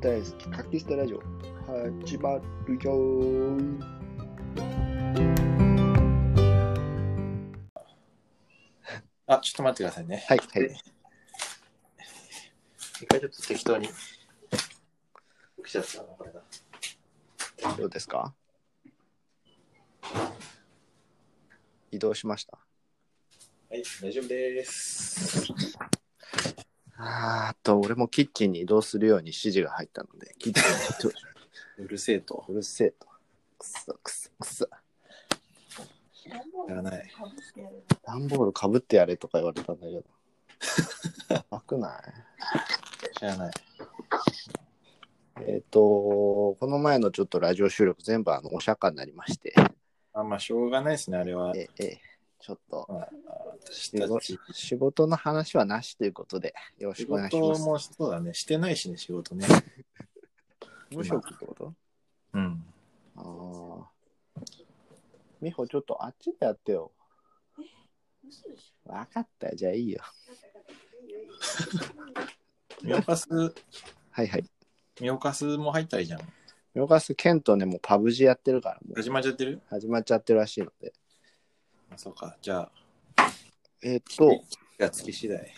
大好きカキスタラジオ始まるよーあ、ちょっと待ってくださいね。はいはい一回ちょっと適当に。来ちゃったな、これが。どうですか移動しましたはい、大丈夫です。あーっと俺もキッチンに移動するように指示が入ったのでキッチンに移動し。うるせえとうるせえとくそくそくそやらない。段ボールかぶってやれとか言われたんだけどやばくないやらない。えっ、と、この前のちょっとラジオ収録全部あのお釈迦になりまして、あ、まあ、しょうがないですね、あれは。えええちょっとまあ私仕た事ち。仕事の話はなしということで、よろし仕くお願いしま事す。もそうだね。してないしね、仕事ね。無職ってことうん。ああ。美穂、ちょっとあっちでやってよ。わかったよ、じゃあいいよ。ミオカ ス、はいはい。ミオカスも入ったらいいじゃん。ヨガスケンとね、もうパブジやってるから、もう始まっちゃってる始まっちゃってるらしいので。あそうか。じゃあ、えっ、と、じゃあ月次第。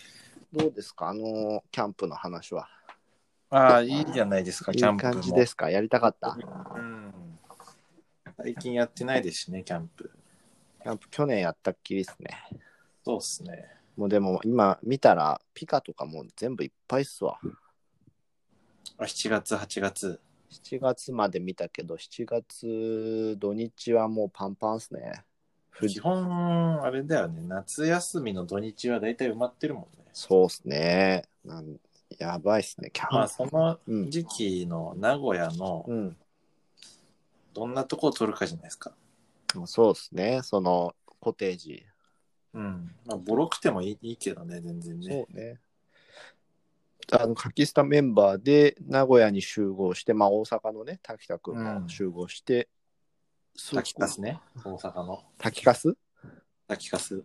どうですかあのーキャンプの話は。ああ、いいじゃないですか、いいキャンプも。感じですかやりたかったうん。最近やってないですしね、キャンプ。キャンプ去年やったっきりですね。そうっすね。もうでも今見たらピカとかもう全部いっぱいっすわ。あ7月、8月。 7月まで見たけど、7月土日はもうパンパンっすね。富基士本、あれだよね。夏休みの土日は大体埋まってるもんね。そうっすね。なんやばいっすね、キャンプ。まあ、そのうん時期の名古屋のうん。どんなとこを取るかじゃないですか。もうそうっすね、そのコテージ。うん。まあ、ボロくてもいいいいけどね、全然ね。うね。あの、カキスタメンバーで名古屋に集合して、まあ大阪のね、滝田君も集合して、そこ滝カスね。大阪の滝かす滝 カス。い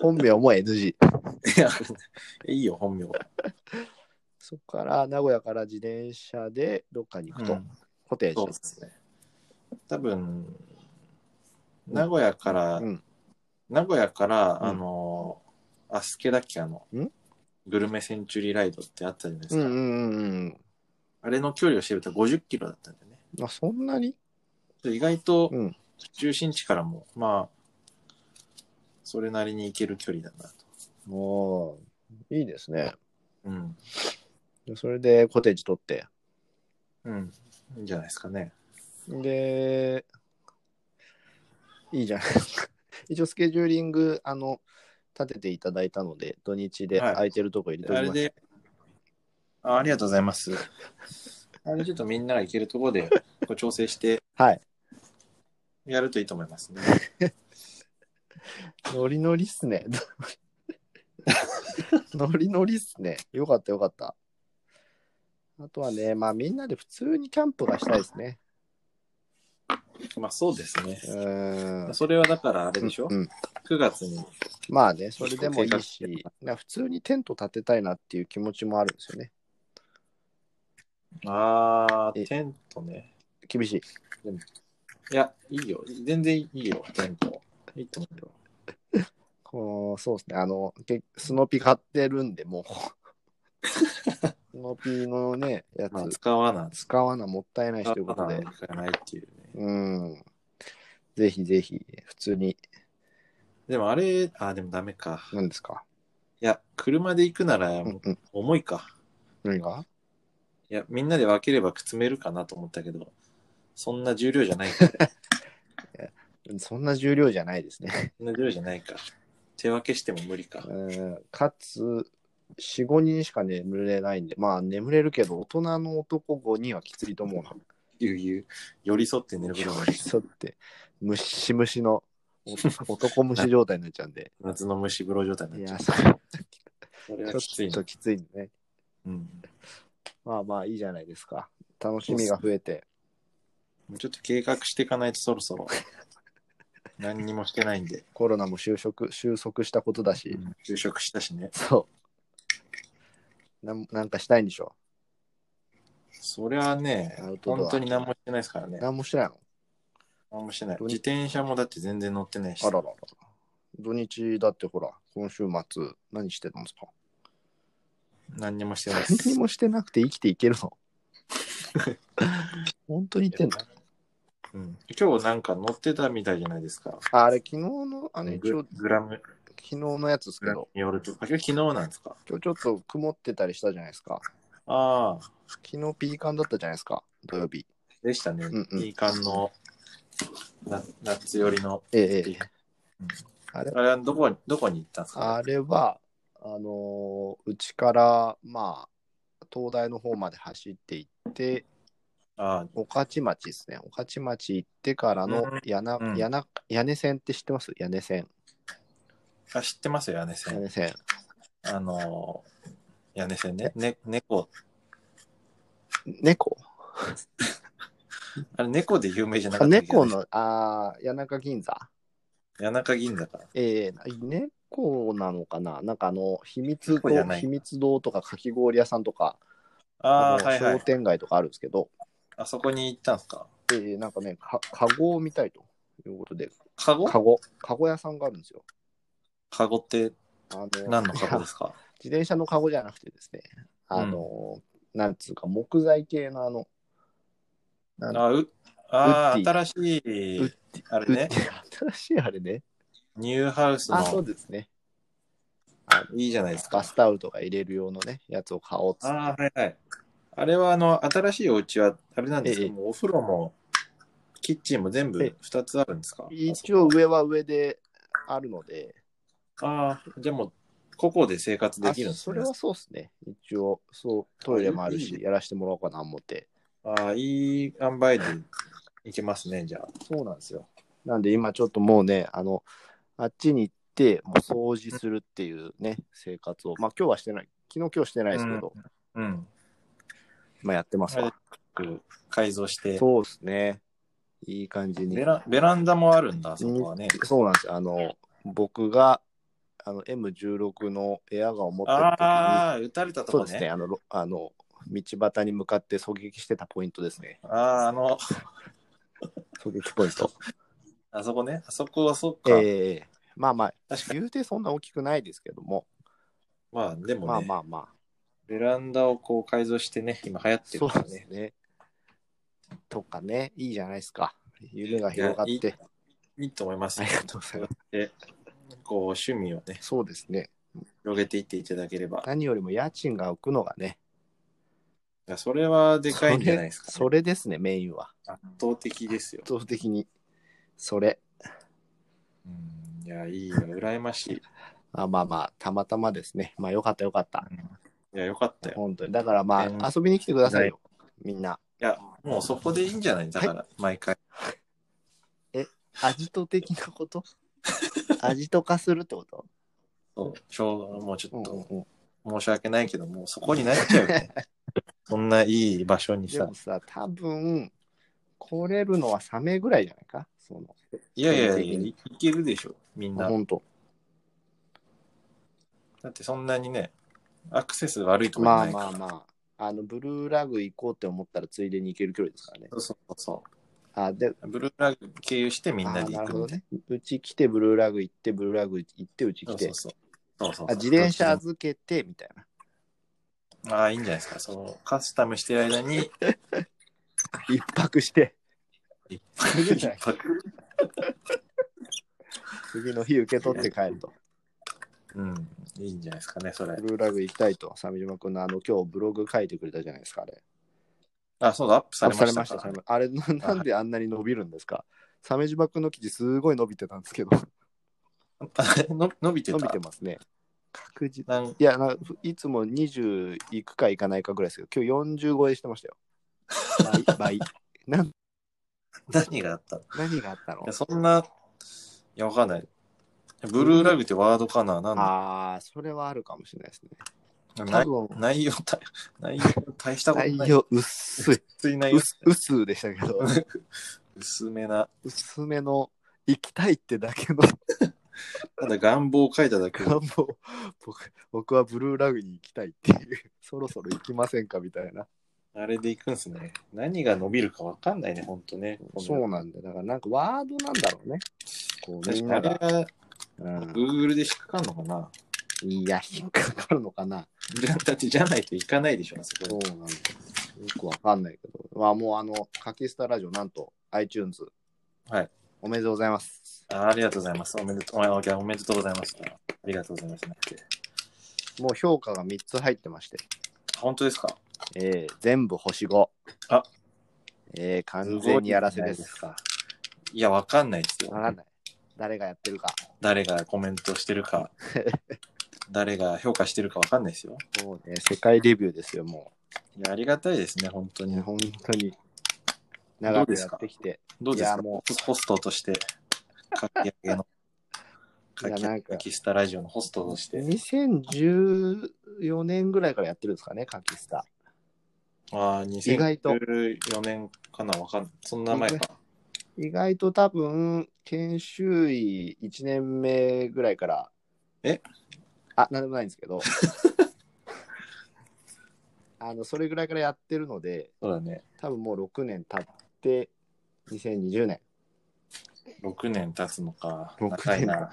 本名も NG。や、いいよ、本名は。そこから名古屋から自転車でどっかに行くと、うんコテそうーでジ。すね。多分、名古屋から、うん名古屋から、うんあの、アスケだっけ、あのん、グルメセンチュリーライドってあったじゃないでうすんか。うんうんうん。あれの距離を調べたら50キロだったんだよね。あそんなに意外とうん。中心地からも、まあ、それなりに行ける距離だなと。おーいいですね。うん。それでコテージ取って。うん。いいんじゃないですかね。で、いいじゃないですか。 一応スケジューリング、あの、立てていただいたので、土日ではい空いてるとこ入れておありれます。で、あありがとうござ います。あれちょっとみんなが行けるところでこう調整してはい。やるといいと思 いますね。ノリノリっすね。 ノリノリっすね。よかったよかった。あとはね、まあみんなで普通にキャンプがしたいですね。まあそうですね。うーん。それはだからあれでしょ、うん ?9 月に。まあね、それでもいいし、な普通にテント建てたいなっていう気持ちもあるんですよね。あえー、テントね。厳しい。いや、いいよ。全然いいよ、テント。いいと思うよ。こうそうですね、あの、けスノピ買ってるんで、もう。 スノピのね、やまあつ、使わない。使わなもったいないしということで、使わないっていうね。うん。ぜひぜひ、普通に、でもあれ、あ、でもダメか。い何ですか。や、車で行くならうんうん。重いか。何がいや、みんなで分ければくつめるかなと思ったけど、そんな重量じゃな いか。そんな重量じゃないですね。そんな重量じゃないか。手分けしても無理か。うんかつ45五人しか眠れないんでまあ眠れるけど大人の男5人はきついと思うなぎゅうぎゅう寄り添って寝ることが寄り添ってムシムシのお男虫状態になっちゃうんで夏の蒸し風呂状 態いになっやちゃ。そうそれはきちつょいっねと。きついねうん。まあまあいいじゃないですか楽しみが増えてもうちょっと計画していかないとそろ そろ。何にもしてないんで。コロナも収束収束したことだし、就職したしね。そうなんなんかしたいんでしょそれはねアウ、トドア本当に何もしてないですからね。何もしてないの何もしてない。自転車もだって全然乗ってないし。あらららら。土日だってほら、今週末何してたん ですか何にもしてないで何にす。もしてなくて生きていけるの 本当に言ってんのうん、今日なんか乗ってたみたいじゃないですか。ああれ、昨日の、あれ、一グ応、グラム、昨日のやつですけグラムど、によると。あ、今日昨日なんですか。今日ちょっと曇ってたりしたじゃないですか。ああ、昨日ピーカンだったじゃないですか、土曜日。でしたね。うんうんいい感のナナッツ寄りの。ええええうんあれあれはどこにどこに行ったんですかあれは、あのーうちから、まあ、東大の方まで走っていって、あ御徒町ですね。御徒町行ってからのうんやな、うんやな屋根線って知ってます屋根線。あ、知ってますよ、屋根屋線。根線。あのー、屋根線ね。ね猫。猫あれ、猫で有名じゃなかあったっけ猫。の、ああ、谷中銀座。谷中銀座か。ええ猫なのかななんかあの、秘密猫じゃ堂、ない秘密堂とかかき氷屋さんとか、あああ、のはいは商い。店街とかあるんですけど、あそこに行ったんですか。ええなんかね、か、かごを見たいということで、カゴかご、かご屋さんがあるんですよ。カゴってあの何のカゴいでやすか自転車のかごじゃなくてですね、あの、なんつうか、木材系のあの、なんあうあウッデーィ新しウいッ、あれね、新しいあれね。ニューハウスあ、そうの、ですね。いいじゃないですバか。スタオルとか入れる用のね、やつを買おうっつってああ、はいはい。あれは、あの、新しいお家は、あれなんですええか、もうお風呂も、キッチンも全部ええ2つあるんですか一応上は上であるので、ああ、じゃあもう、個々で生活できるんですあそねれ。はそうですね。一応、そう、トイレもあるいいし、ねやらせてもらおうかな思って。ああ、いい塩梅でいけますね、じゃあ。そうなんですよ。なんで今ちょっともうね、あの、あっちに行って、もう掃除するっていうね、生活を、まあ今日はしてない、昨日今日してないですけど、うん。まあやってますわ。はい改造して。そうですね。いい感じにベ。ラベランダもあるんだ、あそこはね。そうなんですよ。あの、僕が、あの、M16 のエアガンを持ってる時に、ああ、撃たれたとそうこですね、ね。あの、ろあの、道端に向かって狙撃してたポイントですね。ああ、あの、狙撃ポイント。あそこね。あそこはそっえか。えまあまあ、確かに。言うてそんな大きくないですけども、まあ、でもね、まあまあまベランダをこう改造してね、今流行っあ、てそうるからでねす。ね。とかね、いいじゃないですか。夢が広がっいやて、いいと思いますあより。がとうございます。で、こう、趣味をね、そうですね。広げていっていただければ。い何よりも家賃が浮くのがね、やそれはでかいんじゃないですか、それそれですね、メインは。圧倒的ですよ。圧倒的に、それ。うん、いや、いいよ。羨ましい。あまあまあ、たまたまですね。まあよかったよかった。いや、よかったよ。本当に。だからまうんあ、遊びに来てくださいよ。みんな。いや、もうそこでいいんじゃないだから、毎回。味と的なこと 味と化するってことそうしょうもうちょっうんとうんうん申し訳ないけど、もうそこになっちゃう よね。そんないい場所にでさも。さ、多分、来れるのはサメぐらいじゃないかその、いやいやいや、いけるでしょ、みんな。ほんと。だってそんなにね、アクセス悪いとこじゃまあないから。まあまあ、あの、ブルーラグ行こうって思ったら、ついでに行ける距離ですからね。そうそうそあ、で、う。ブルーラグ経由してみんなあで行なるくほみどたいね。うち来て、ブルーラグ行って、ブルーラグ行って、うちな。来そてうそうそう。そうそうそうあ、自転車預けて、みたいな。ああ、いいんじゃないですか。そのカスタムしてる間に、一泊して、一いいんじゃない泊。次の日受け取って帰ると。うん、いいんじゃないですかね、それブ。ルーラグ行きたいと、鮫島君のあの、今日ブログ書いてくれたじゃないですか、あれ。あ、そうだ、アップされましたアップさかれ。ましたあれ、ななんであんなに伸びるんですか鮫島君の記事、すごい伸びてたんですけど。 の伸びてた伸びてますね。確実。なん いやな、ふいつも20いくかいかないかぐらいですけど、今日40超えしてましたよ。 倍、倍。なん何があったのい何があったのやそんな、いや、わかんない。ブルーラグってワードかななんだああ、それはあるかもしれないですね。な多分、内容大、 内容大したこと内ない。容薄い。普通に内容うす、うすでしたけ ど、薄めな。薄めの、行きたいってだけのただ願望を書いただ け。願望、僕、僕はブルーラグに行きたいっていう、そろそろ行きませんかみたいな。あれでいくんすね。何が伸びるかわかんないね、ほんとね。そうなんだよ。だからなんかワードなんだろうね。こうみ確んなかにあが。れはうん、 Google で引っかかんのかな。いや、引っかかるのかな。だってじゃないといかないでしょ、あそそこうなんだよ。よくわかんないけど。まあもうあの、カキスタラジオ、なんと iTunes。はい。おめでとうございます。あ。ありがとうございます。おめでとうおいやおめでとうございました。ありがとうございました。もう評価が3つ入ってまして。本当ですかえー、全部星5。あえー、完全にやらせです。すごいじゃないですか。いや、わかんないですよわ。かんない。誰がやってるか。誰がコメントして るか、誰が評価してるかわかんないですよ。もうね、世界レビューですよ、もいや、ありがたいですね、本当う。ねに。本当に。長くやってきて。どうですいやかももうホストとして、かき揚げの、いかやきな揚んかげスタラジオのホストとして。 2014年ぐらいからやってるんですかね、カキスタ。ああ、意外と2014年かな、わかんない。そんな前か。意外と多分、研修医1年目ぐらいから。えあ、なんでもないんですけど。 あの、それぐらいからやってるので、そうだね。多分もう6年経って、2020年。 6年経つのか。 6長いな。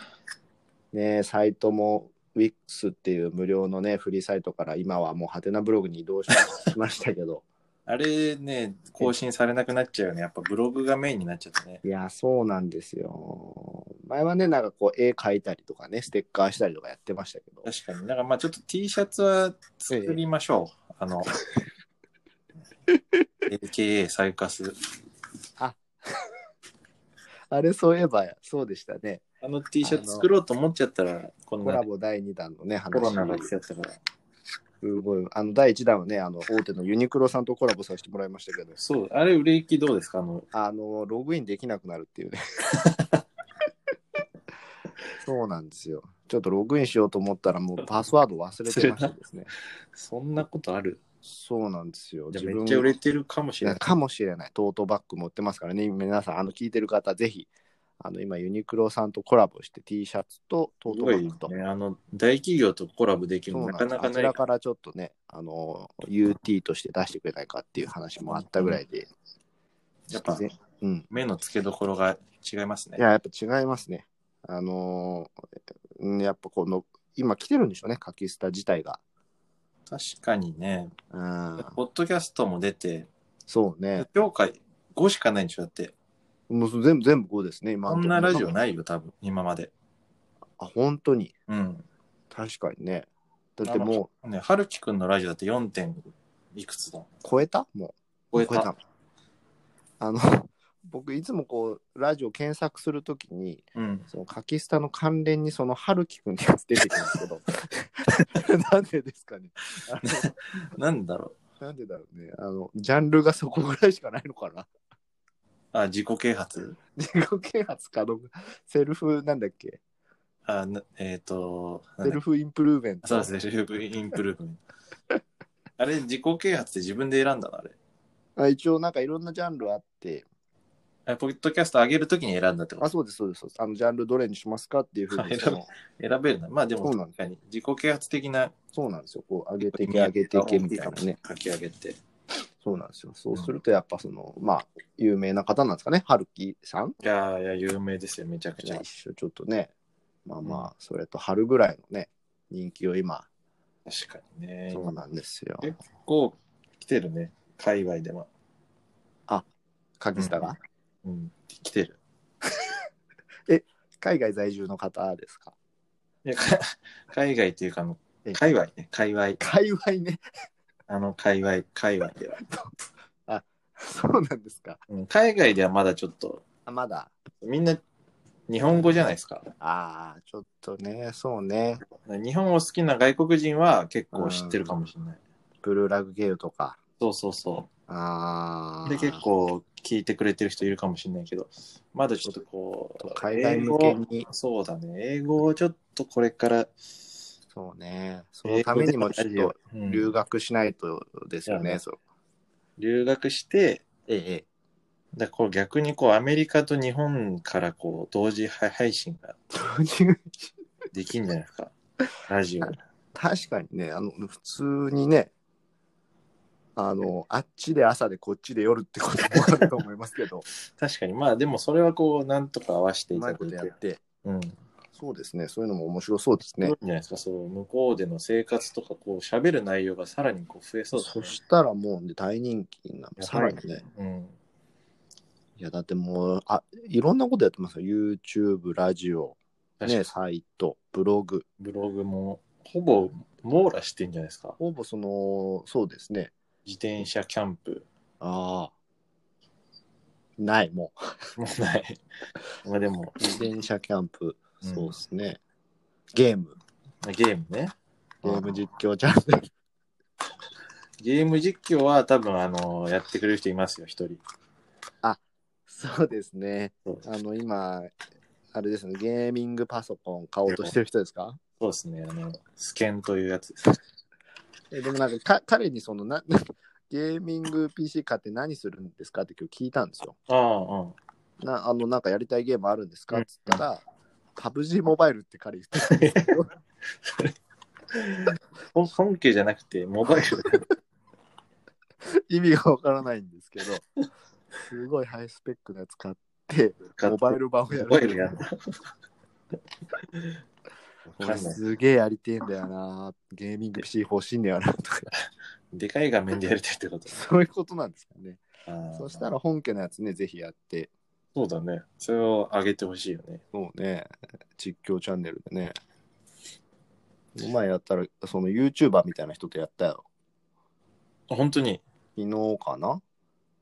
ね、サイトも WIX っていう無料のね、フリーサイトから今はもうハテナブログに移動ししましたけど。 あれね、更新されなくなっちゃうよね。やっぱブログがメインになっちゃったね。いや、そうなんですよ。前はね、なんかこう、絵描いたりとかね、ステッカーしたりとかやってましたけど。確かに。だからまあちょっと T シャツは作りましょう。あの、AKA サイカス。あれ、そういえば、そうでしたね。あの T シャツ作ろうと思っちゃったら、こんコなラねボ第2弾のね、話。コロナの季節だから。すごい。あの、第1弾はね、あの、大手のユニクロさんとコラボさせてもらいましたけど、そう、あれ売れ行きどうですかあの、あの、ログインできなくなるって いうね。そうなんですよ。ちょっとログインしようと思ったら、もうパスワード忘れてましたですね。そんなことあるそうなんですよ。じゃあめっちゃ売れてるかもしいれやない。かもしれない。トートバッグ持ってますからね。皆さん、あの、聞いてる方、ぜひ、あの、今、ユニクロさんとコラボして T シャツとトーすトごバいッよグと。ね。あの、大企業とコラボできるそうのななんかですなかあちないら。からちょっとね、あの、UT として出してくれないかっていう話もあったぐらいで。やっぱぜうん。目の付けどころが違いますねい。や、やっぱ違いますね。あのーうんやっぱこの、今来てるんでしょうね、カキスタ自体が。確かにね、うん。ポッドキャストも出て、そうね。評価5しかないんでしょだって。もう全部、全部5ですね、今のことこんなラジオないよ、多分、今まで。あ、本当に。うん。確かにね。だってもう、ね、はるきくんのラジオだって 4. 点いくつだ超えたもう。超えた。あの僕いつもこうラジオ検索するときにうん。その書きスタの関連にその春樹くんってやつ出てくるんですけど なんでですかねなんだろなんでだろうねあのジャンルがそこぐらいしかないのかなう。あ、自己啓発自己啓発かのセルフなんだっけあ、なえっ、と、なんセだルフインプルーメントそうですね、セルフインプルーブメント。 あれ、自己啓発って自分で選んだのあれ。あ一応なんかいろんなジャンルあってあポッドキャスト上げるときに選んだってあことそうですそうですそうですあのジャンルどれにしますかっていうふうはにいその選べるな。まあでも、そうなんで確すかに自己啓発的なそうなんですよこう上げていけ上げていけみたいなね。書き上げて。そうなんですよ。そうすると、やっぱその、まあ、有名な方なんですかね、春樹さんいやーいや、有名ですよ、めちゃくちじゃゃあ。一緒、ちょっとね、まあまあ、それと春ぐらいのね、人気を今、確かにね。そう結なんですよ。え構来てるね、界隈でも。柿下が、うん、来てる。海外在住の方ですかいや か海外っていうか、あのええ界隈ね、界隈。界隈ね。 あの、界隈、界隈では。そうなんですか。うん海外ではまだちょっと、あまだ、みんな日本語じゃないですか。ああ、ちょっとね、そうね、日本を好きな外国人は結構知ってるかもしれない。ブルーラグゲールとか。そうそうそあう。あ。で、結。構聞いてくれてる人いるかもしれないけど、まだちょっとこう、海外向けに英語そうだね。英語をちょっとこれから、そうね。そのためにもちょっとうん留学しないとですよね、うんそう。留学して、ええ。だからこう逆にこうアメリカと日本からこう同時配信が できるんじゃないですか。ラジオ。確かにね、あの、普通にね、あの、あっちで朝でこっちで夜ってこともあると思います けど、確かに。まあでもそれはこう、なんとか合わせてういまただいいて。ことやって、うん。そうですね、そういうのも面白そうですね、いいねん。じゃないですか、そう、向こうでの生活とか、こう、喋る内容がさらにこう増えそうですそねしたらもう、ね、大人気になる。さらにね。うん。いや、だってもう、あ、いろんなことやってますよ。YouTube、ラジオ、確かね、に、サイト、ブログ。ブログも、ほぼ網羅してんじゃないですか。ほぼその、そうですね。自転車キャンプ。ああ。ない、もう。もうない。 まあでも、自転車キャンプ、うんそうですね。ゲーム、ゲームね。ゲーム実況チャンネル。ゲーム実況は多分、あの、やってくれる人いますよ、一人。そうですね。そうあの、今、あれですね、ゲーミングパソコン買おうとしてる人ですかそうですね、あの、スケンというやつです。えでもなんかか、彼にそのな、 なゲーミング PC 買って何するんですかって今日聞いたんですよ。ああ、うん。な、あの、なんかやりたいゲームあるんですかうんっつったら、パブ g モバイルって彼言ってたんですけど、ほん本家じゃなくて、モバイル。 意味がわからないんですけど、すごいハイスペックなやつ買って、モバイル版をやモる。バイル やんな。わこかれんない。すげえやりてえんだよな。ゲーミング PC 欲しいんだよな。とか、でかい画面でやりたいってこと。そういうことなんですかね。ああそしたら本家のやつね、ぜひやって、そうだね。それを上げてほしいよね。もうね、実況チャンネルでね。この前やったら、その YouTuber みたいな人とやったよ。あ本当に。昨日かな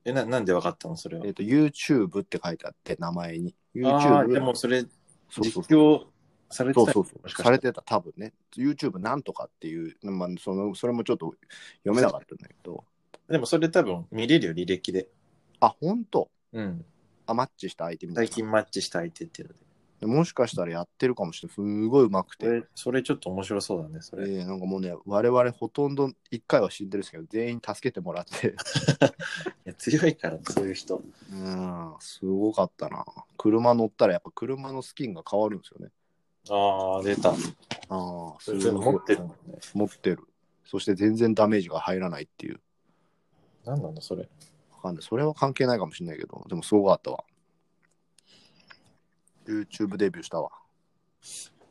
え、ななんで分かったのそれはえっ、。と、YouTube って書いてあって、名前に。ああ、 YouTube。でもそれ、そうそう実そう況されてそたうそうそもう。しかしたらされてた、多分ね。YouTube なんとかっていう、まあ、その、それもちょっと読めなかったんだけど。でもそれ多分見れるよ、履歴で。あ、ほんとうん。あ、マッチした相手みたい最な。近マッチした相手っていうので。でもしかしたらやってるかもしれない。すごい上手くそて。れ、それちょっと面白そうだね、そえれ。ーなんかもうね、我々ほとんど1回は死んでるんですけど、全員助けてもらって。いや強いから、そういう人。うん、すごかったな。車乗ったらやっぱ車のスキンが変わるんですよね。ああ、出た。ああ、そすうごいうの持いってるんだね。持ってる。そして全然ダメージが入らないっていう。なんなんだ、それ。わかんない。それは関係ないかもしれないけど、でもすごかったわ。YouTube デビューしたわ。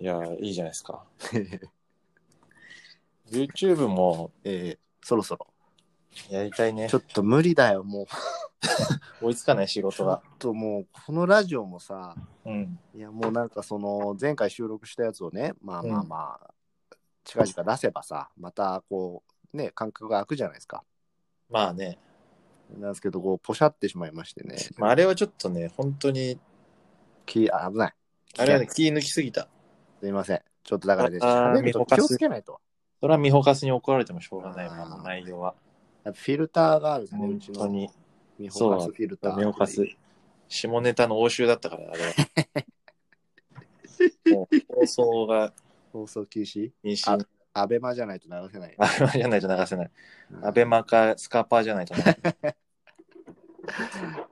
いやー、いいじゃないです か。YouTube もえー、そろそろ。やりたいねちょ。っと無理だよ、もう。追いつかない仕ち事ょがっ。ともう、このラジオもさ、うん。いやもうなんかその前回収録したやつをね、まあまあまあ、近々出せばさ、またこう、ね、感覚が空くじゃないですか。まあね。なんですけど、こう、ポシャってしまいましてね。まあ、あれはちょっとね、本当に、気あ危ない。あれはね、気抜きすぎた。すみません。ちょっとだからです。あー喋ると見ほか気すをつけないと。それはミホカスに怒られてもしょうがないあーわ、あの内容は。やっぱフィルターがあるんですね、う本ち当の。に。ミホカスフィルター。ミホカス。下ネタの応酬だったから、あれは。 もう放送が放送禁止妊娠。アベマじゃないと流せない。あれはじゃないと流せない。アベマかスカパーじゃないと流せない。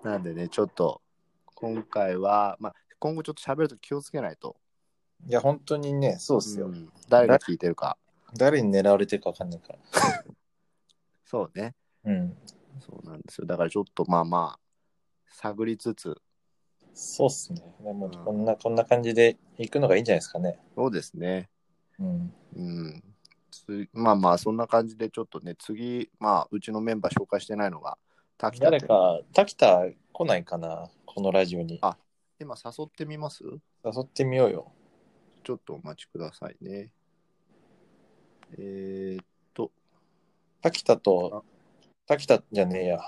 なんでね、ちょっと、今回は、まあ、今後ちょっと喋ると気をつけないと。 いや、本当にね、そうっすよ。ん誰が聞いてるか。誰に狙われてるかわかんないかそうね。ら。うん。そうなんですよ。だからちょっとまあまあ、探りつつ、そうっすね。でも、うんこんな、こんな感じで行くのがいいんじゃないですかね。そうですね。うん。うん。つまあまあ、そんな感じでちょっとね、次、まあ、うちのメンバー紹介してないのが、滝田誰君。か、滝田来ないかな、このラジオに。あ今、誘ってみます誘ってみようよ。ちょっとお待ちくださいね。えー、っと、滝田と、滝田じゃねえや。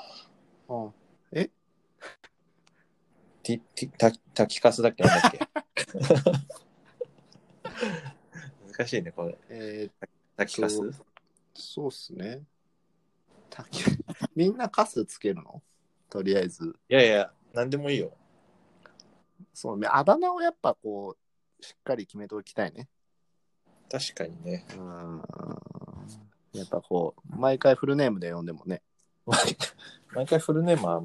あティティ滝滝カスだっけなん だっけ難しいね、これ。えー、滝カスそうそうっすね。滝 みんなカスつけるのとりあえず。いやいや、なんでもいいよ。そうね、あだ名をやっぱこう、しっかり決めておきたいね。確かにね。うんやっぱこう、毎回フルネームで呼んでもね、毎回毎回フルネームは、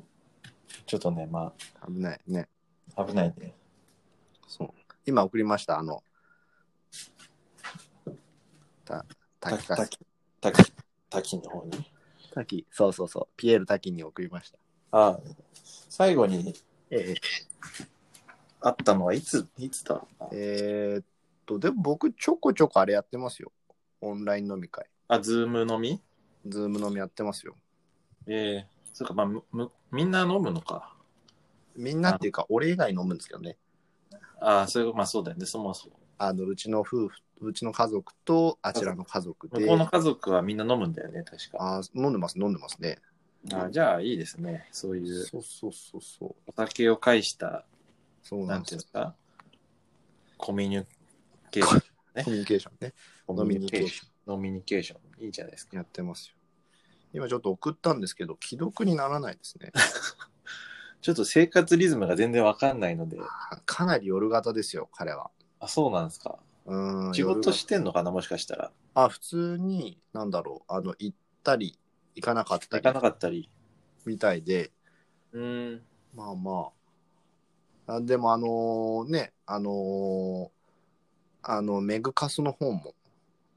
ちょっとね、ま危ないね。あ、危ないね。そう。今送りました、あの、た、滝かす。滝、滝、滝の方に。滝、そうそうそう、ピエール滝に送りました。あ最後にえ会ったのはいつ、いつだろうなえ。えーっと、でも僕、ちょこちょこあれやってますよ。オンライン飲み会。あ、ズーム飲みズーム飲みやってますよ。ええそうか、まあむむ、みんな飲むのか。みんなっていうか、俺以外飲むんですけどね。ああ、そういう、まあそうだよね、そもそも。あの、うちの夫婦、うちの家族と、あちらの家族で。向こうの家族はみんな飲むんだよね、確か。あー飲んでます、飲んでますね。あじゃあいいですね。そういうそうそうそうそう。お酒を介した、そうななんんでてすいうんよですか、コミュニケーション。コミュニケーションね。コミュニケーション。ノミニケーション。いいじゃないですか。やってますよ。今ちょっと送ったんですけど、既読にならないですね。ちょっと生活リズムが全然わかんないので。かなり夜型ですよ、彼は。あ、そうなんですか。うん。仕事し夜てんのかな、もしかしたら。型あ、普通に、なんだろう、あの、行ったり、行かなかった行かなりかったり。みたいで、うん。まあまあ。あでも、あのーね、あのーあの、メグカスの方も、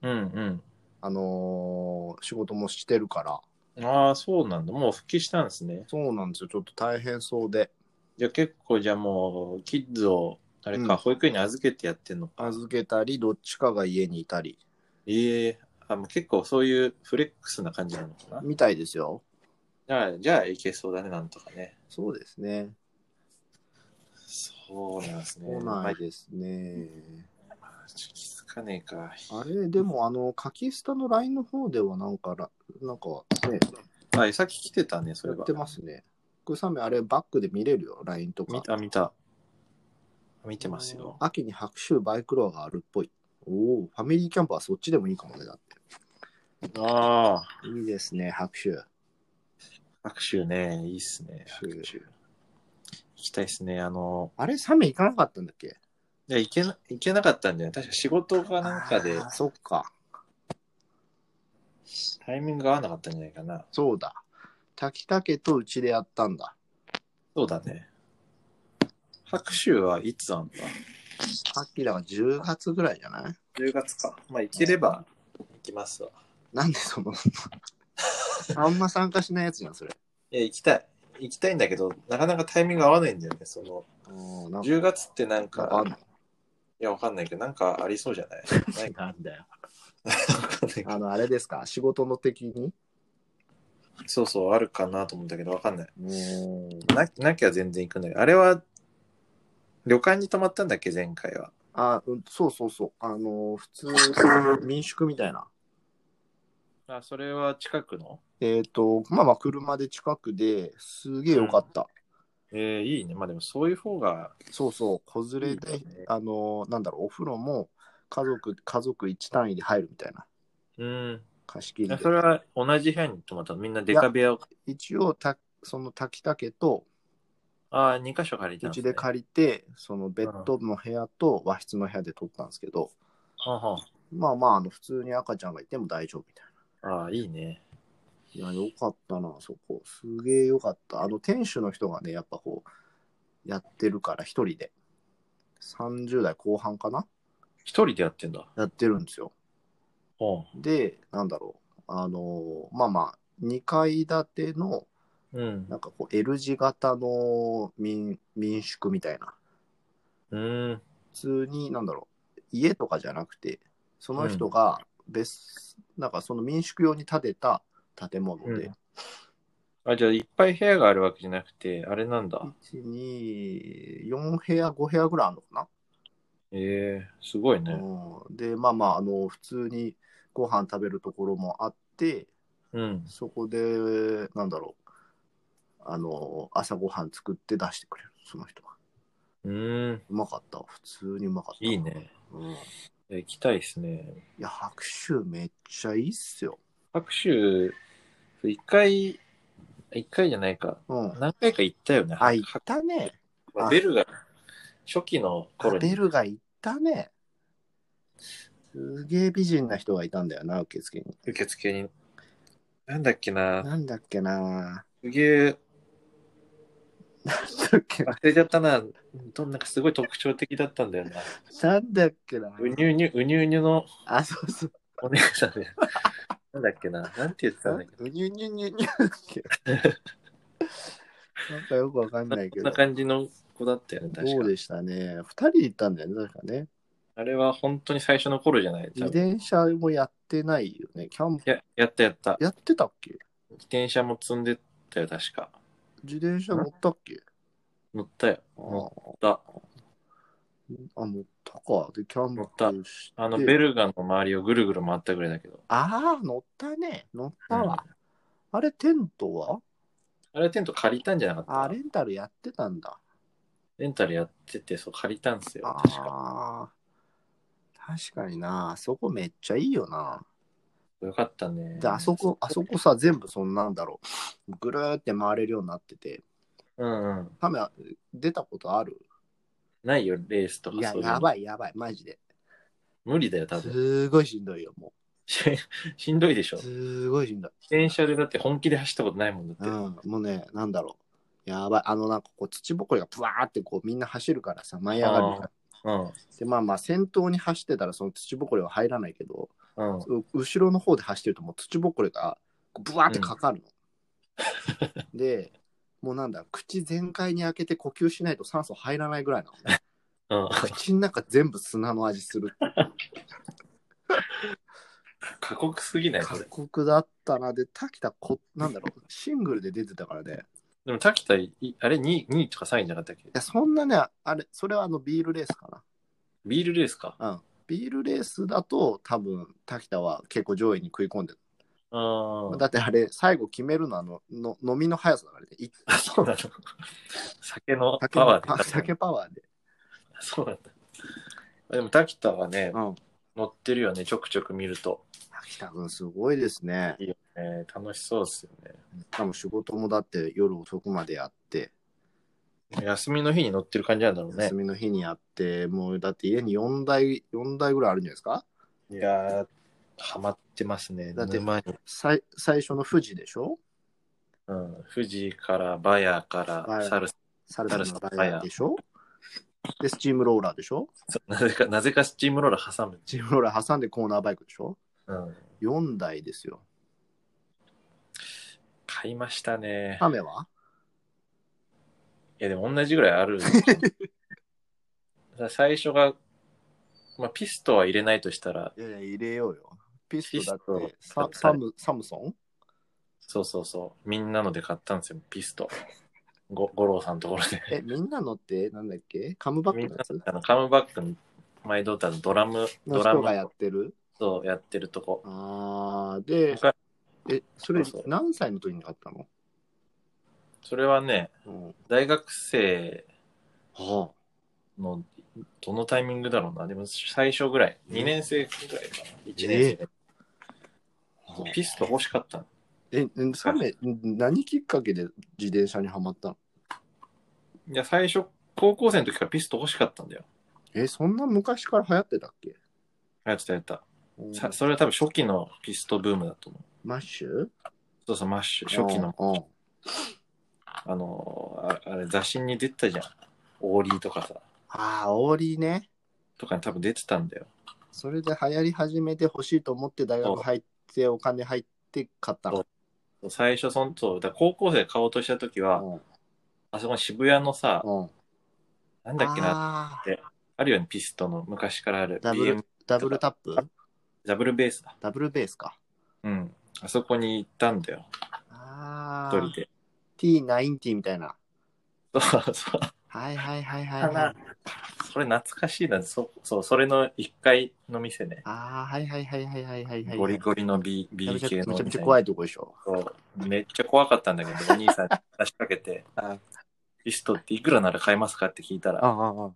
うんあのー仕事もしてるから、うん。ああ、そうなんだ。もう復帰したんですね。そうなんですよ、ちょっと大変そうで、じゃあ結構、じゃあもう、キッズを、あれうか、ん保育園に預けてやってんのか。預けたり、どっちかが家にいたり、ええあもう結構そういうフレックスな感じなのかな。みたいですよ。じゃあ、じゃあいけそうだね、なんとかね。そうですね。そうなんですね。そうまなあいですね。ちょっと気づかねえか。あれ、でも、あの、書きスタの LINE の方では、なんから、なんか、ね、あ、さっき来てたね、そやれっはて。ますね。グサメ、あれ、バックで見れるよ、LINE とか。見た、見た。見てますよ。秋に白州バイクロアがあるっぽい。おお、ファミリーキャンプはそっちでもいいかもね、だっああ、て。いいですね、白州。拍手ね、いいっすね。拍手拍手。行きたいっすね。あの、あれ、サメ行かなかったんだっけいや、行けな、行けなかったんじゃない確か仕事がなんかであーそっか、タイミングが合わなかったんじゃないかな。そうだ。滝竹とうちでやったんだ。そうだね。拍手はいつあんだ秋だが10月ぐらいじゃない ?10 月か。まあ、行ければ行きますわ。なんで そのあんま参加しないやつじゃん、それ。いや、行きたい。行きたいんだけど、なかなかタイミング合わないんだよね。その、うんなんか10月ってなんなんかあかん、のいや、わかんないけど、なんかありそう じゃないないかなんだよ。わかんないけどあの、あれですか仕事の的にそうそう、あるかなと思うんだけど、わかんない。うん。ななきゃ全然行くんだけど、あれは、旅館に泊まったんだっけ、前回は。あ、うんそうそうそう。あの、普通、民宿みたいな。あ、それは近くのえっ、と、まあまあ、車で近くですげえ良かった。えー、いいね。まあでも、そういう方が、そうそう、子連れで、いいねあの、なんだろう、お風呂も家族、家族1単位で入るみたいな、うん。貸し切りえでそ。れは同じ部屋に泊まったのみんなデカ部屋を、一応た、その滝竹と、ああ、2箇所借りたうんですちねで借りて、そのベッドの部屋と和室の部屋で撮ったんですけど、はんはんまあまあ、あの普通に赤ちゃんがいても大丈夫みたいああ、いいね。な。いや、よかったな、そこ。すげえよかった。あの、店主の人がね、やっぱこう、やってるから、一人で。30代後半かな一人でやってんだ。やってるんですよ。ほで、なんだろう、あのーまあまあ、2階建ての、う。うん。なんかこう、L 字型の民民宿みたいな、うん。普通に、なんだろう、家とかじゃなくて、その人が別、なんかその民宿用に建てた建物で、あ、じゃあ、いっぱい部屋があるわけじゃなくて、あれなんだ。 1、2、4部屋、5部屋ぐらいあるのかええすごいな、ね。うん、で、まあまあ、あの、普通にご飯食べるところもあって、うん。そこで、なんだろう、あの、朝ごはん作って出してくれる、その人は。うん。うまかったわ、普通にうまかった。いい。ね。うん、いいや行きたいですね。や、白州めっちゃいいっすよ。拍手、一回、一回じゃないか。うん。何回か行ったよね。あ、行ったね。まあベルが、初期の頃ベに。ルが行ったね。すげえ美人な人がいたんだよな、受付に。受付に。なんだっけな。なんだっけな。すげえ、なんだっけな。忘れちゃったな。どんなんかすごい特徴的だったんだよな。なんだっけな。うにゅうにゅ、うにゅうにゅのあ、そうそう。お姉さんで。なんだっけな。なんて言ってたんだっけうにゅにゅにゅにゅだっけ なんかよくわかんないけそんどな。感じの子だったよね、確そかうでしたね。二人いたんだよね、確かね。あれは本当に最初の頃じゃない。自多分い転車もやってないよね。キャンプや、やったやった。やってたっけ自転車も積んでったよ、確か。自転車乗ったっけ乗ったよ。あ乗った。あ、あ乗ったか。で、キャン乗ったプして。あの、ベルガの周りをぐるぐる回ったぐらいだけど。ああ、乗ったね。乗ったわ。うんあれ、テントはあれテント借りたんじゃなかったあ、レンタルやってたんだ。レンタルやってて、そう、借りたんすよ。あ確あか。ー。確かにな。そこめっちゃいいよな。よかったね。で、あそこ、あそこさ、全部そんなんだろう。ぐるーって回れるようになってて。うんうん。カメラ出たことあるないよ、レースとかいや、そういうのやばい、やばい、マジで。無理だよ、多分。すごいしんどいよ、もし しんどいでしょ。う。自すごいしんどい。転車でだって本気で走ったことないもんだって。うん、もうね、なんだろう。やばい。あの、なんかこう、土ぼこりがプワーってこう、みんな走るからさ、舞い上がるじゃんうん。で、まあまあ、先頭に走ってたら、その土ぼこりは入らないけど、うん。う後ろの方で走ってると、もう土ぼこりが、こうブワーってかかるの。で、もうなんだ、口全開に開けて呼吸しないと酸素入らないぐらいなの。うん。口の中全部砂の味するっていう過酷すぎないそ過れ。酷だったな。で、滝田こ、なんだろう、シングルで出てたからね。でも、滝田い、あれ2位、2位とか3位じゃなかったっけいや、そんなね、あれ、それはあの、ビールレースかな。ビールレースか。ビールレースだと、多分、滝田は結構上位に食い込んでる。ああ。だってあれ、最後決めるのはあのの、飲みの速さだからね。いあ、そうなの。酒の酒パのワーあで。酒パワーで。そうなんだ。でも、滝田はね、うん。乗ってるよね、ちょくちょく見ると。滝田君、すごいですね。いいよね。楽しそうですよね。多分仕事もだって夜遅くまでやって、休みの日に乗ってる感じなんだろうね休。みの日にやって、もうだって家に4台、4台ぐらいあるんじゃないですかいやー、ハマってますね。だって沼に最最初の富士でしょうん、富士からバヤーかはらいサルス、サルサのバイヤーでしょで、スチームローラーでしょなぜか、な ぜかスチームローラー挟む。スチームローラー挟んでコーナーバイクでしょうん、 ?4 台ですよ。買いましたね。カメはいや、でも同じぐらいある。 最初が、まあ、ピストは入れないとしたら、いやいや、入れようよ。ピストだピって、ストササムサムソンそうそうそう、みんなので買ったんですよ、ピスト。ご五郎さんのところで。 え、みんなのって、なんだっけカムバッみクんのなやつあのカムバックのマイドーターのドラム、のドラ人ムがやってるとやってるとこ。あー、で、他え、それそうそう何歳の時にあったのそれはね、うん。大学生はのどのタイミングだろうなでも最初ぐらい2年生ぐらいかな1年生、あはあピスト欲しかったのえ、んサメ、ん何きっかけで自転車にはまったのいや最初高校生の時からピスト欲しかったんだよえ、そんな昔から流行ってたっけやってたやってた、うんさそれは多分初期のピストブームだと思うマッシュそうそうマッシュ初期のうんうんあのーああれ雑誌に出てたじゃんオーリーとかさああ、オーリーね。とかに多分出てたんだよそれで流行り始めて欲しいと思って大学入ってお金入って買ったの。最初そんそうだから高校生で買おうとした時は、うんあそこの渋谷のさ、うんなんだっけなああーるよねピストの昔からあるダブル BM ダブルタップダブルベースだダブルベースか。うん。あそこに行ったんだよ、あ一あ人。で。 T90 みたいな。そうそう。はいはいはいはい、かは。ないそれ懐かしいな。そう、そう、それの1階の店ね。ああ、はいはいはいはいはいはいはい。ゴリゴリの B, B めちゃ系めちゃのめちゃ店めちゃ怖いとこでしょ。そうめっちゃ怖かったんだけど、お兄さんに話しかけ て、あピストっていくらなら買えますかって聞いたあら、あ、あ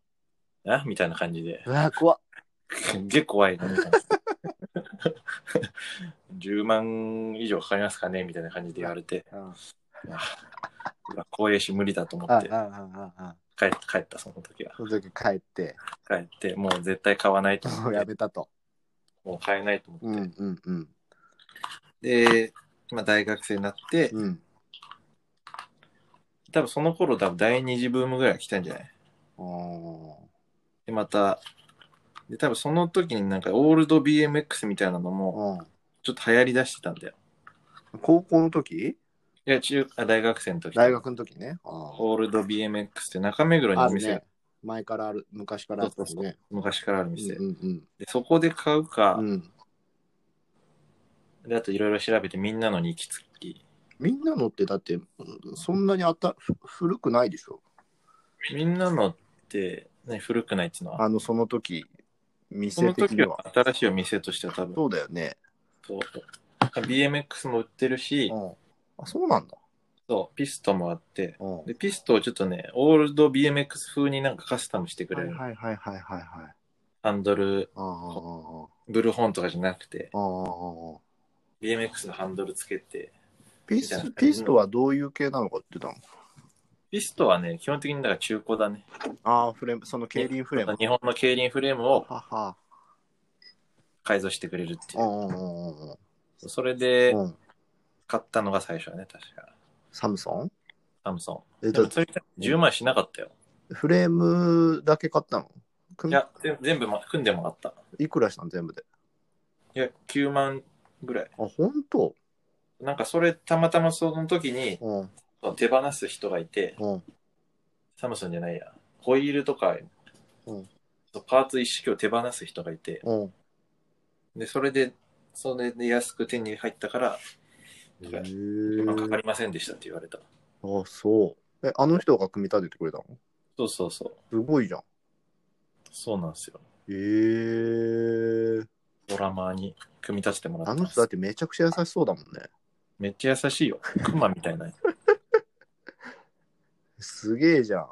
あ。あみたいな感じで、うわ、怖っ。すっげえ怖いの。みたいな 10万以上かかりますかねみたいな感じで言われて、うんうわ怖いし無理だと思あっあて、ああああ帰っ帰った、その時は。その時帰って、帰って、もう絶対買わないと も思っうてやめたと。もう買えないと思うっんて。うんうん。で、まあ、大学生になって、うん。多分その頃多分第二次ブームぐらい来たんじゃないあで、また、で、多分その時になんかオールド BMX みたいなのあ。もうん。ちょっと流行り出してたんだよ。高校の時いや、中、あ大学生の時。大学の時ね。あオールド BMX って中目黒にあ。あおる店、ね。前からある、昔からあるそうそうね。昔からあるう店、んうんで。そこで買うか、うん。うん。であといろいろ調べてみんなのに行きつき。みんなのってだって、うんそんなにあったふ古くないでしょ。みんなのって、ね、古くないっていうのは、あの、その時、そ店の的時にはは。新しいお店としては多分、そうだよね。そう。BMX も売ってるしう、ん。あ、そうなんだ。そう、ピストもあって、うん。はで、ピストをちょっとね、オールド BMX 風になんかカスタムしてくいはれいる。はいはいはいはい。ハンドル、ああああああブルホンとかじゃなくて、ああああ BMX のハンドルつけて、ピみたいスなピストはどういう系なのかって言ってピストはね、基本的にだから中古だね。たのああ、フレーム、その競輪フレーム。日本の競輪フレームをはは。改造してくれるってういんうんうんう。それでうんうん。買ったのが最初はね、確か。サムソンサムソえン。っでもと、それ10万円しなかったよ。フレームだけ買ったのい組や、全全部ま組んでもらった。いくらしたの全部で。いや、9万ぐらい。あ、本当なんかそれ、たまたまその時にうん手放す人がいて、うん。サムソンじゃないや。ホイールとか、うんパーツ一式を手放す人がいて、うん。で、それで、それで安く手に入ったから、へなんかえ今かかりませんでしたって言われた。あ、そう。え、あの人が組み立ててくれたのそうそうそすう。ごいじゃん。そうなんですよ。ええドラマーに組み立ててもらあったのんで人だすっ。てめちゃくちゃ優しそうだもんね。めっちゃ優しいよ。クマみたいな。すげえじゃん。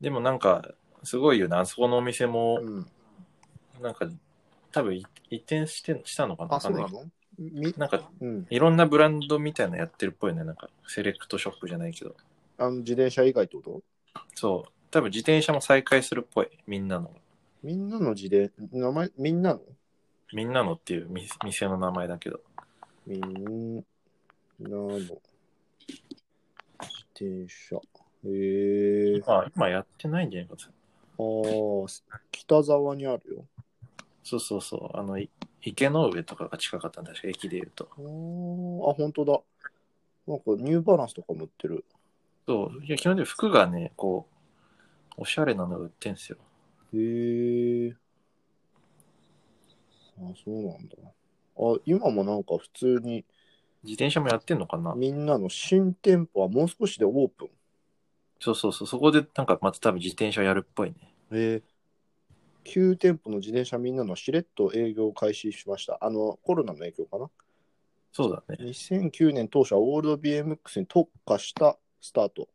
でもなんか、すごいよね。あそこのお店も、うん。なんか、多分い移転してしたのかなあ、そうなわかんないのみけど、なんか、うん。いろんなブランドみたいなのやってるっぽいね。なんか、セレクトショップじゃないけど。あの、自転車以外ってことそう。多分自転車も再開するっぽい。みんなの。みんなの字で、名前、みんなのみんなのっていうみ店の名前だけど。みんなの自転車。へえまあ、今やってないんじゃないかと。ああ、北沢にあるよ。そうそうそう。あの、い池の上とかが近かったんだ確か駅で言うと。あーあ、本当だ。なんかニューバランスとかも売ってる。そう。いや、基本的に服がね、こう、おしゃれなのが売ってんすよ。へえ。あ、そうなんだ。あ、今もなんか普通に自転車もやってんのかなみんなの新店舗はもう少しでオープン。そうそうそう。そこでなんかまた多分自転車やるっぽいね。えー、9店舗の自転車みんなのしれっと営業を開始しました。あの、コロナの影響かな。そうだね。 2009年当初はオールド BMX に特化したスタート。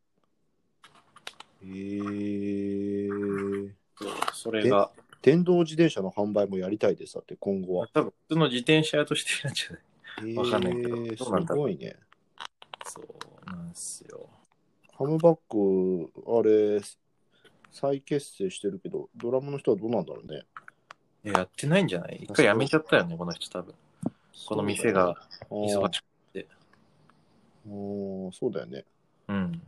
えー、そうそれが、電動自転車の販売もやりたいです。だって今後は。多分普通の自転車屋としてなんじゃないえー、わかんないけどどうなんすだろうごいね。そうなんすよ。ハムバック、あれ、再結成してるけど、ドラムの人はどうなんだろうね。いややってないんじゃない一回やめちゃったよね、この人多分。この店がそうだよね、忙しく。あーあーそうだよね。うん。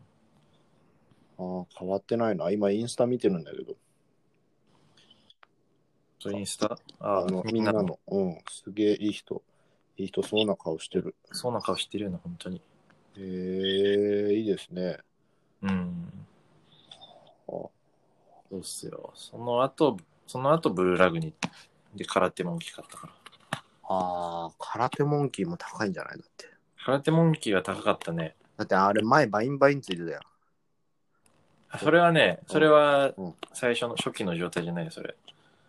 ああ、変わってないな。今、インスタ見てるんだけど。それインスタああの、みみんんななの。の。うん、すげえいい人。いい人そうな顔してる。そうな顔してるよね、本当に。へえいいですね。うん。あそうっすよ。その後、その後ブルーラグに、で、空手も大きかったから。あー、空手モンキーも高いんじゃないだって。空手モンキーは高かったね。だってあれ、前、バインバインついてたよ。あそれはね、それはうん最初の初期の状態じゃないよ、それ。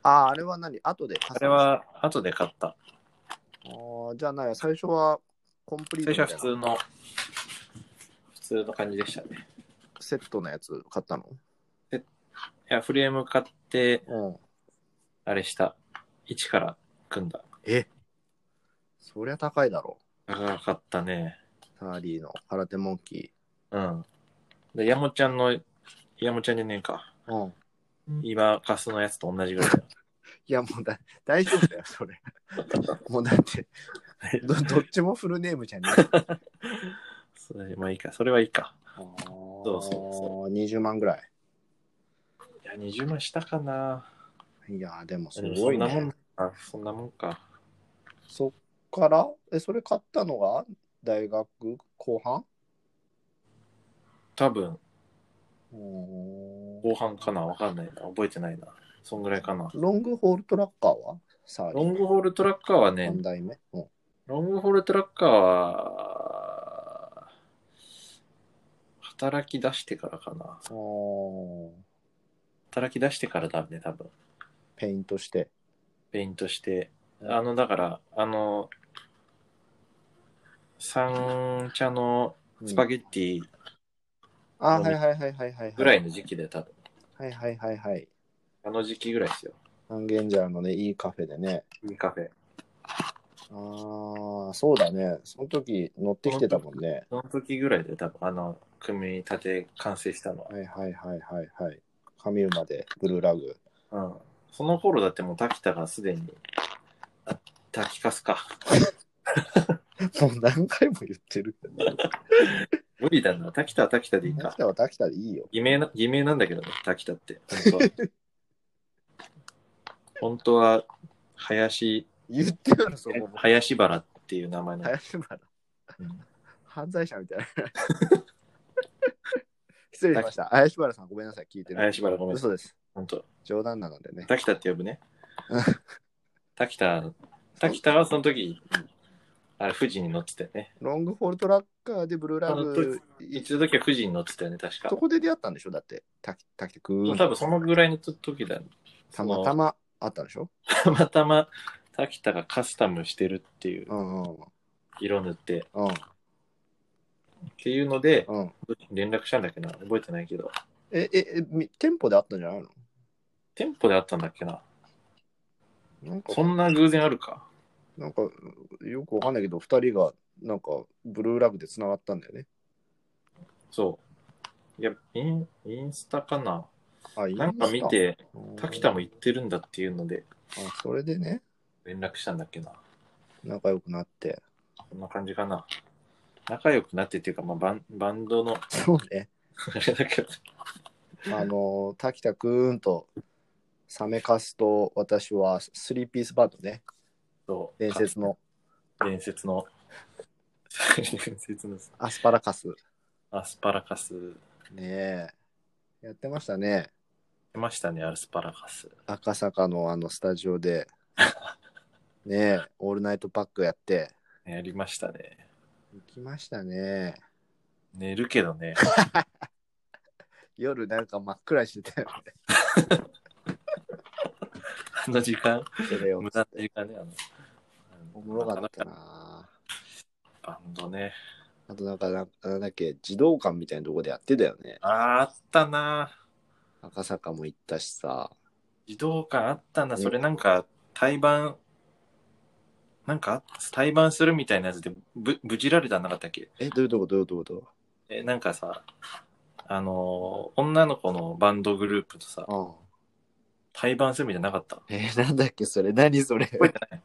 ああ、あれは何後で。ああれ。は後で買った。あーじゃあない、最初はコンプリート最み初たいはな普通の、普通の感じでしたね。セットのやつ買ったのいや、フレーム買って、うん。あれした。一から組んだ。えそりゃ高いだろ高かったね。う。サーリーの空手モンキうん。で、ヤモちゃんの、ヤモちゃんじゃねえか。ー。うん。今、カスのやつと同じぐらいだよ。いや、もうだ大丈夫だよ、それ。 もうだってど、どっちもフルネームじゃねえ。それまあいいか。それはいいか。そう そうそ20万ぐらい。いや、20万したかな。いやー、でもすでもごいそんなもねん。か。そんなもんか。そっから、え、それ買ったのが大学後半多分、うーん後半かなわかんないな。覚えてないな。そんぐらいかな。ロングホールトラッカーはサーロリングホールトラッカーはね、 3代目。うんロングホールトラッカーは、働き出してからかな。あー働き出してからだね、多分。ペイントして。ペイントして。あの、だから、あの、三茶のうんスパゲッティあー、はいはいはいはいはい。ぐらいの時期で多分。はいはいはいはい。あの時期ぐらいですよ。三軒茶屋のね、いいカフェでね。いいカフェ。ああ、そうだね。その時乗ってきてたもんね。その時ぐらいで多分、あの、組み立て完成したのはいはいはいはいはい。上馬でブルーラグ。 は。うん。その頃だってもう滝田がすでに、あ、滝かすか。もう何回も言ってる。無理だな。滝田は滝田 でいいか秋。田は秋田でいいよ。偽名な、偽名なんだけどね、滝田って。本当は。 本当は、林、言ってやる、そこも。林原っていう名前の。林原うん犯罪者み たいな。失礼しました。林原さん、ごめんなさい。聞いてる。林原ごめんなさい嘘です。本当。冗談なのでね。滝田って 呼ぶねうん。滝田、滝田はその時、あれ、富士に乗ってたよね。ロングホールトラッカーでブルーラグ。一度時は富士に乗ってたよね、確かそ。こで出会ったんでしょだって、滝滝く多ん。分そのぐらいの時だ、たまたまあったでしょたまたま滝田がカスタムしてるっていううんうん色塗ってうん。っていうのでうん。連絡したんだっけな覚えてないけどえ、え、えみ店舗であったんじゃないの店舗であったんだっけななんかそ、んな偶然あるかなんか、よくわかんないけど、二人が、なんか、ブルーラグで繋がったんだよね。そういやインインスタかなあ、いなんか見、て滝田も。も行ってるんだっていうのであ、それでね、連絡したんだっけな仲良くなって。こんな感じかな仲良くなってっていうか、まあ、バンバンドの そうね。あれだけどあの、滝田くーんと、サメカスと、私は、スリーピースバンドね。そう伝説の伝説の 伝説のアスパラカス。アスパラカスねえ。やってましたね。出ましたねアスパラカス赤坂のあのスタジオで。ねえ、オールナイトパックやって。やりましたね行きましたね。寝るけどね 夜なんか真っ暗にしてたよね。あの時間それを無駄な時間ねあのおもろかっなたかなかな。バンドねあとなんかなんなんだっけ、児童館みたいなとこでやってたよね。あーあったな赤坂も行ったしさ。児童館あったなねそれなんか対バンなんか対バンするみたいなやつでぶぶちられたんなかったっけえ、どういうとこどういうとことえなんかさあのー女の子のバンドグループとさうん。対バンするみたいなのなかったえーなんだっけそれ何それ覚えてない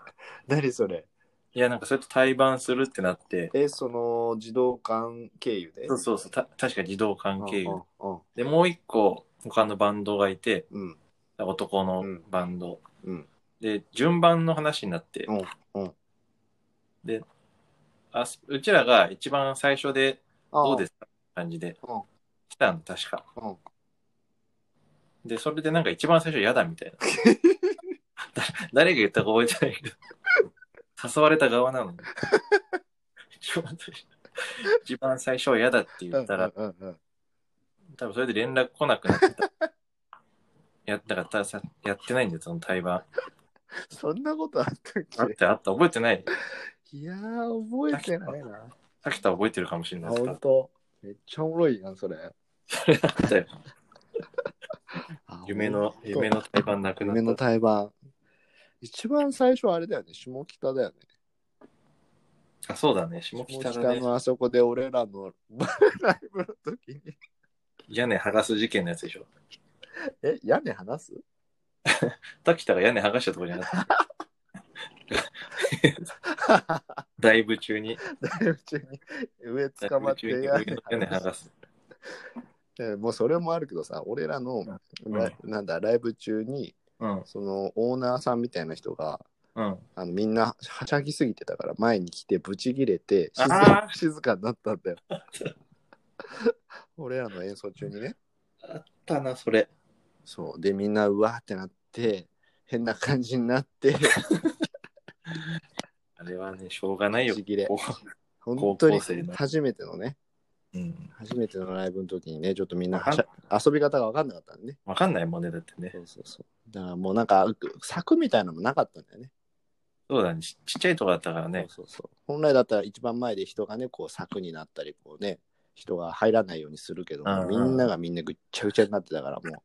何それいやなんかそれと対バンするってなってえ、その、児童館経由でそうそうそうた確か児童館経由うんうんでもう一個他のバンドがいてうん。男のバンド、うんで順番の話になって、うんうんであすうちらが一番最初でどうですすかって感じでうん来たの確かうん。でそれでなんか一番最初嫌だみたいな だ誰が言ったか覚えてないけど誘われた側なのに 一番最初一番最初は嫌だって言ったらうんうん多分それで連絡来なくなった。 やったからたさ、やってないんだよ、その対話。そんなことあったっあっけた、あった、覚えてない。いやー、覚えてないな。さきた覚えてるかもしれあ、ないですほかんと。めっちゃおもろいやん、それ。ら。あったよあ 夢の、ほんと夢の対話なく夢なのった。対バン。一番最初はあれだよね、下北だよね。あ、そうだね、下北だね。のあそこで俺らのライブの時に。屋根剥がす事件のやつでしょ。え、屋根話す 滝田が屋根剥がしたとこじゃなかった。 ライブ中に、ライブ中に上ラ捕イまブって中に屋上根の屋根剥がす。えもうそれもあるけどさ、俺らの、んななんだ、ライブ中に、うん、そのオーナーさんみたいな人が、ううん。あのみんなはしゃぎすぎてたから前に来てブチギレて静あか静かになったんだよ 俺らの演奏中にねたな、それ。そうでみんなうわーってなって変な感じになってあれはね、しょうがないブよチ。ギレこ本当に高校生の初めてのねううん。初めてのライブの時にねちょっとみんなわかはんしゃ遊び方が分かんなかったんでねわかんないもんね、だってね。そうそうそうだからもうなんか柵みたいなのもなかったんだよねそうだね。ちちっちゃいとこだったからね。そうそうそう本来だったら一番前で人がねこう柵になったりこうね人が入らないようにするけど、うんうんみんながみんなぐっちゃぐちゃになってたからも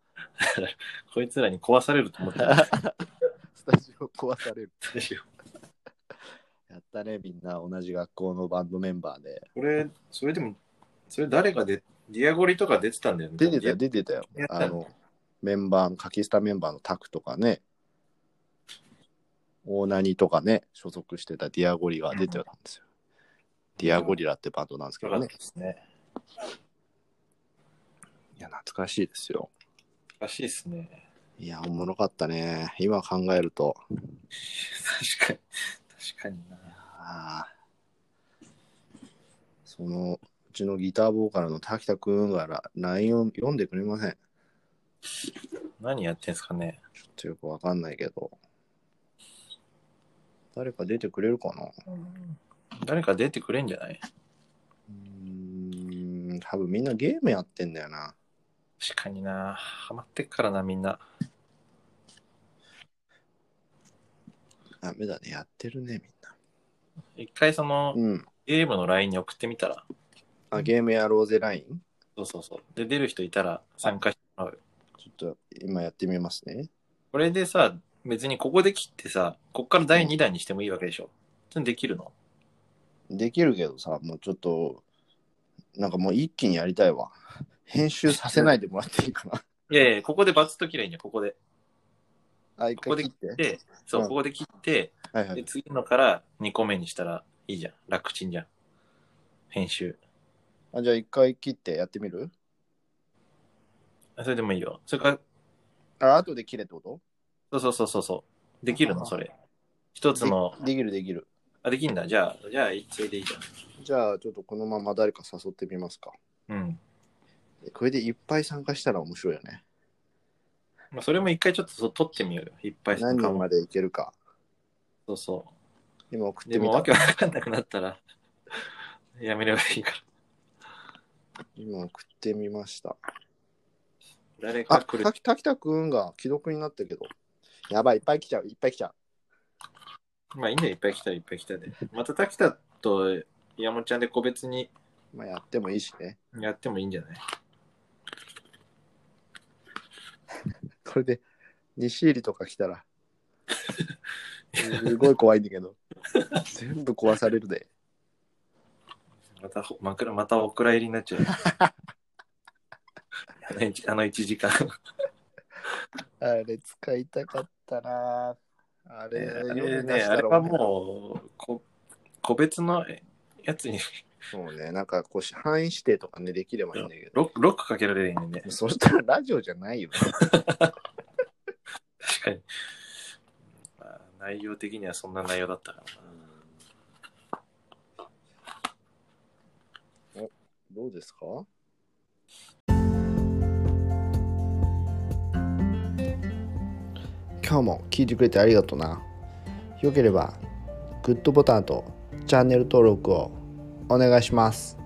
こいつらに壊されると思っうて た。スタジオ壊される私やったねみんな同じ学校のバンドメンバーでこれ、それでも、それ誰がで、ディアゴリとか出てたんだよね。出てたよディ出てたよやったあねのメンバーのカキスタメンバーのタクとかね大谷とかね所属してたディアゴリが出てたんですよ、ディアゴリラってバンドなんですけアどゴねリとかですね。いや懐かしいですよらしいですね。いやおもろかったね今考えると確かに。確かにな。ああそのうちのギターボーカルの滝田君がら LINE を読んでくれません。何やってんすかね。ちょっとよくわかんないけど。誰か出てくれるかなう誰か出てくれんじゃないーん、多分みんなゲームやってんだよな。確かにな。ハマってっからな、みんな。ダメだね、やってるね、みんな。一回その、うん。ゲームの LINE に送ってみたら。あ、ゲームやろうぜ LINE? そうそうそう。で、出る人いたら参加してもらうよ。ちょっと今やってみますね。これでさ、別にここで切ってさ、こっから第2弾にしてもいいわけでしょ。それできるのできるけどさ、もうちょっと、なんかもう一気にやりたいわ。編集させないでもらっていいかな。いやいや、ここでバツッと切ればいいんじゃん、ここで。あ、一ここ回切で切って。って、そう、うんここで切って、はいはで、い。次のから2個目にしたらいいじゃん。楽ちんじゃん。編集。あじゃあ一回切ってやってみるそれでもいいよ。それから、あ、後で切れってことそうそうそうそうそう。できるのそれ。一つの、でできるできる。あ、できんだ。じゃあ、じゃあ、それでいいじじゃあちょっとこのまま誰か誘ってみますか。ゃん。うん。これでいっぱい参加したら面白いよね。まあ、それも一回ちょっとそう撮ってみようよ。いっぱい何人までいけるか。そうそ今送っう。でてみも、たわけ。わかんなくなったら、 やめればいいから。今送ってみました。誰あ、か来るた。き滝田くんが既読になったけど。やばい、いっぱい来ちゃう、いっぱい来ちゃう。まあいいんだよ、いっぱい来たらいっぱい来たで。また滝田と山本ちゃんで個別にまあやってもいいしね。やってもいいんじゃないこれで、西入りとか来た ら。すごい怖いんだけど。全部壊されるで。またほ枕、またお蔵入りになっちゃう。 あの一あの1時間。あれ使いたかったな。あれ、 あ世れにね、出したあられはもう、こ個別のやつにそうね、なんかこう、範囲指定とかね、できればいいんだけど。ロックロックかけられるんね。そしたらラジオじゃないよ、ね。確かに。まあ、内容的にはそんな内容だったからな。おどうですか今日も聞いてくれてありがとうな。よければ、グッドボタンとチャンネル登録をお願いします。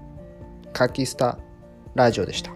カキスタラジオでした。